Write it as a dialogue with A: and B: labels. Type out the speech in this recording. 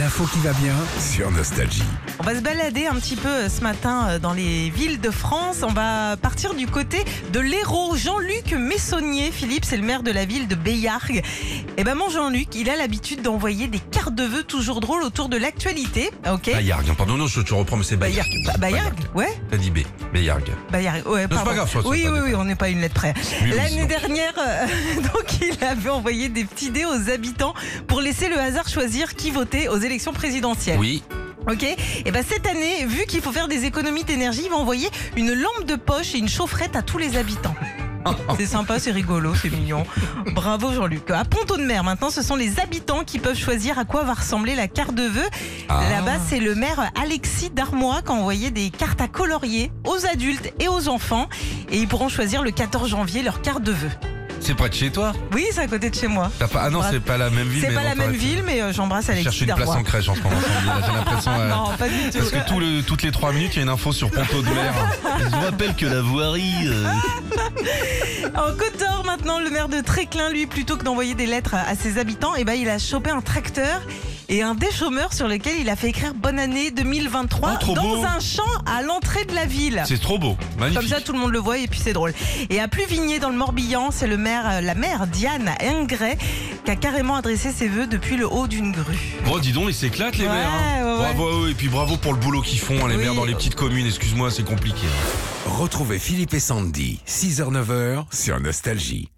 A: L'info qui va bien sur Nostalgie.
B: On va se balader un petit peu euh, ce matin euh, dans les villes de France. On va partir du côté de l'Hérault. Jean-Luc Messonnier, Philippe, c'est le maire de la ville de Béargues. Et ben mon Jean-Luc, il a l'habitude d'envoyer des cartes de vœux toujours drôles autour de l'actualité. Ah, Ok.
C: Bayargue, hein, pardon, non, je te reprends, mais c'est Bayargue.
B: Bayargue. Ba- Bayargue, ouais.
C: T'as dit B, Bayargue.
B: Bayargue, ouais.
C: pas
B: pardon.
C: grave, ça, c'est
B: oui,
C: pas
B: oui,
C: des-
B: oui, on n'est pas à une lettre près.
C: Oui, oui,
B: L'année
C: sinon.
B: dernière, euh, donc il avait envoyé des petits dés aux habitants pour laisser le hasard choisir qui votait aux élections présidentielles.
C: Oui,
B: Ok Et ben cette année, vu qu'il faut faire des économies d'énergie, il va envoyer une lampe de poche et une chaufferette à tous les habitants. C'est sympa, c'est rigolo, c'est mignon. Bravo Jean-Luc. À Ponto de Mer, maintenant, ce sont les habitants qui peuvent choisir à quoi va ressembler la carte de vœux.
C: Ah.
B: Là-bas, c'est le maire Alexis Darmois qui a envoyé des cartes à colorier aux adultes et aux enfants. Et ils pourront choisir le 14 janvier leur carte de vœux.
C: c'est près de chez toi.
B: Oui, c'est à côté de chez moi.
C: T'as pas... Ah non,
B: Bref.
C: c'est pas la même ville.
B: C'est
C: mais
B: pas
C: bon,
B: la même
C: t'aurais pu-
B: ville, mais euh, j'embrasse
C: Je cherche
B: Alexis
C: une place en
B: Darmois.
C: crèche en ce moment. Sandy, là, J'ai l'impression. euh,
B: Non, pas du tout.
C: Parce que tout le- toutes les 3 minutes, il y a une info sur Ponto de l'air.
D: Je vous rappelle que la voirie. euh,
B: En Côte d'Or, Oh, maintenant, le maire de Tréclin, lui, plutôt que d'envoyer des lettres à ses habitants, eh ben, il a chopé un tracteur et un déchômeur sur lequel il a fait écrire Bonne année 2023
C: Oh, trop
B: dans
C: beau.
B: un champ à l'entrée de la ville.
C: C'est trop beau,
B: Comme
C: magnifique.
B: ça, tout le monde le voit et puis c'est drôle. Et à Pluvigné, dans le Morbihan, c'est le maire, euh, la mère Diane Ingray qui a carrément adressé ses vœux depuis le haut d'une grue.
C: Bon, dis donc, ils s'éclatent les
B: Ouais,
C: maires. hein.
B: ouais, ouais.
C: Bravo à eux, et puis bravo pour le boulot qu'ils font, hein, les
B: Oui.
C: maires dans les petites communes. Excuse-moi, c'est compliqué. hein.
A: Retrouvez Philippe et Sandy, 6h-9h sur Nostalgie.